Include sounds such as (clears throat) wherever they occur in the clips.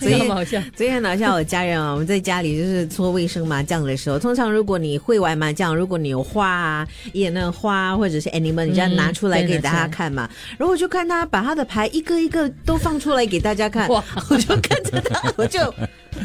所以这么好笑。昨天很搞笑，我家人啊，我们在家里就是搓卫生麻将的时候，通常如果你会玩麻将，如果你有花啊，一眼那个花啊或者是 animal，你这样拿出来对给拿大出家来看嘛。然后我就看他把他的牌一个一个都放出来给大家看，哇我就看着他，我就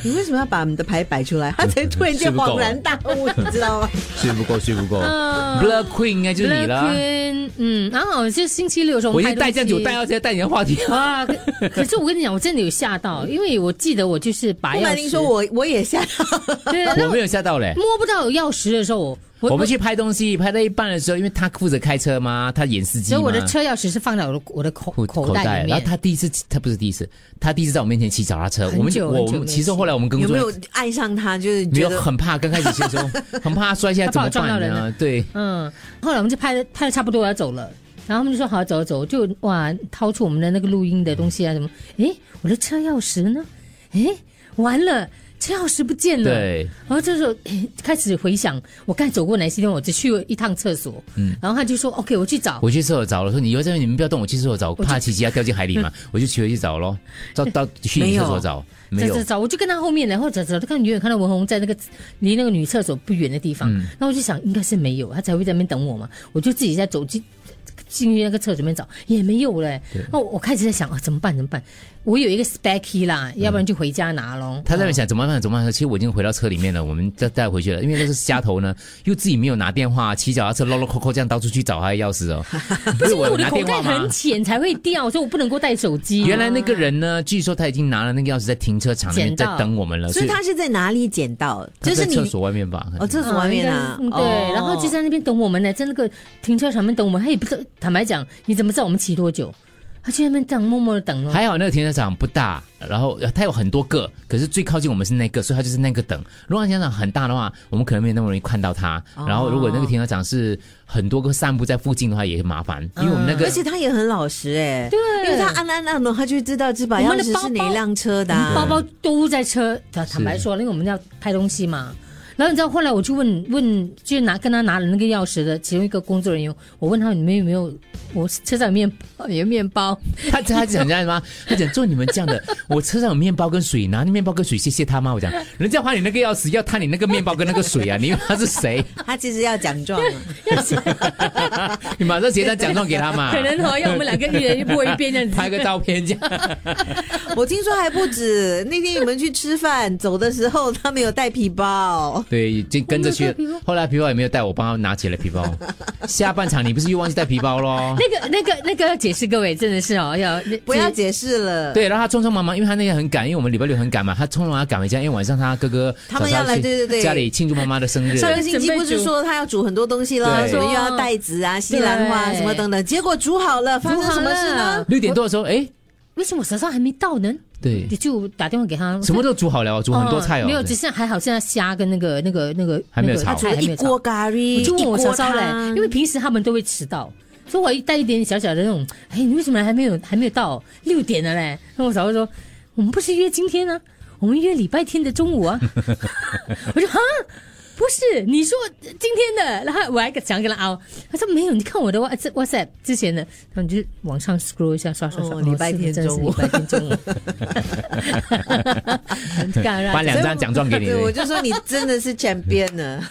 你为什么要把你的牌摆出来？他才突然间是不是够恍然大悟，你知道吗？ (laughs) 睡不够，睡不够。嗯 Blur Queen 应该就是你啦 Black。Queen，嗯，然后就星期六的时候我们已拍经带酱东酒西带到现在带你的话题了。啊！可可是我跟你讲，我真的有吓到，因为我记得我就是把不钥瞒匙，您说，我我也吓到， (laughs) 对，那我没有吓到嘞。摸不到有钥匙的时候，我我我们去拍东西，拍到一半的时候，因为他负责开车嘛，他演司机所嘛，以我的车钥匙是放在我的我的口口口袋里然面后。他第一次，他不是第一次，他第一次在我面前骑脚踏车，很我们久就我很久没们其实骑后来我们工有作没有爱上他？就是没觉有得很怕，刚开始骑的时候 (laughs) 很怕他摔下来他怕怎么我撞到办人呢？对，嗯，后来我们就拍的拍的差不多要走了，然后他们就说好走走，就哇掏出我们的那个录音的东西啊什么，诶，我的车钥匙呢？诶，完了，车钥匙不见了。对，然后这时候 (clears throat) 诶开始回想我刚才走过哪些地方，我只去了一趟厕所，嗯，然后他就说 OK，我去找。我去厕所找了，说你以后这边你们不要动，我去厕所找，就怕琪琪要掉进海 (laughs) 里嘛，我就骑回去找咯，到到去没女有厕所找，没找有找，找，我就跟他后面，然后找找，就看远远看到文红在那个离那个女厕所不远的地嗯方，然后我就想应该是没有，他才会在那边等我嘛，我就自己在走进进去那个厕所里面找，也没有嘞。那我我开始在想啊，怎么办？怎么办？我有一个 spare key 啦，要不然就回家拿咯。嗯他在那边哦想怎么办？怎么办？其实我已经回到车里面了，我们再带回去了。因为那是虾头呢，又自己没有拿电话，骑脚踏车啰啰扣扣这样到处去找他的钥 (laughs) 匙哦。不是因为我的拿口电袋话吗很？浅才会掉，所以我不能够带手机。原来那个人呢，据说他已经拿了那个钥匙在停车场里面捡在到等我们了，所以他是在哪里捡到？他就是在你厕所外面吧？哦，厕所外面啊，应该是哦嗯对，然后就在那边等我们呢，在那个停车场面等我们，他也不知道，坦白讲，你怎么知道我们骑多久？他去那边等，默默的等哦。还好那个停车场不大，然后呃它有很多个，可是最靠近我们是那个，所以它就是那个等。如果停车场很大的话，我们可能没有那么容易看到它。然后如果那哦个停车场是很多个散步在附近的话，也很麻烦，因为我们那个而且他也很老实哎、对因为他按按按的，他就知道这把我钥们的匙包是包嗯哪一辆车的、啊。包包都在车。坦坦白说，因为我们要拍东西嘛。然后你知道，后来我就问问，就拿跟他拿了那个钥匙的其中一个工作人员，我问他你们有没有我车上有面包有面 (laughs) 包， (laughs) 他他讲这样吗？他讲做你们这样的，我车上有面包跟水，拿那面包跟水谢谢他吗？我讲人家花你那个钥匙要贪你那个面包跟那个水 (laughs) 啊，你以为他是谁？他其实要奖状啊，你马上写张奖状给他嘛可，能哦，要我们两个一人一波一边这样子拍个照片这样。 (laughs) 我听说还不止。那天你们去吃饭，走的时候他没有带皮包，对，就跟着去 (laughs) 我没有带皮包。后来皮包也没有带，我帮他拿起了皮包。下半场你不是又忘记带皮包 (laughs) 咯？那个那个那个要解释各位，真的是哦，要不要解释了。，对，然后他匆匆忙忙，因为他那天很赶，因为我们礼拜六很赶嘛，他匆忙要赶回家，因为晚上他哥哥他们要来早上去对对对家里庆祝妈妈 (laughs) 的生日。上个星期不是说他要煮很多东西了，对什么又要带子啊、西兰花对什么等等，结果煮好了，发生什么事呢？？六点多的时候，哎，为什么我手上还没到呢？对你，就打电话给他，什么都煮好了，煮很多菜哦。嗯没有，只是还好现在虾跟那个那个那个还没有那个炒菜哎还一没有炒锅咖喱，我就问我一嫂锅嫂嘞汤，因为平时他们都会迟到，所以我一带一点小小的那种，哎，你为什么还没有还没有到六点了嘞？然后我嫂嫂说，我们不是约今天呢、我们约礼拜天的中午啊。 (laughs) 我说哈。不是，你说今天的，然后我还想跟他凹，他说没有，你看我的 Wha- 这 WhatsApp 之前的，然后你就往上 scroll 一下，刷刷刷，哦哦礼拜是天真的是中午礼拜天中午，很感人颁两张奖状给你 (laughs) (laughs) (laughs) 对，。我就说你真的是 champion 呢。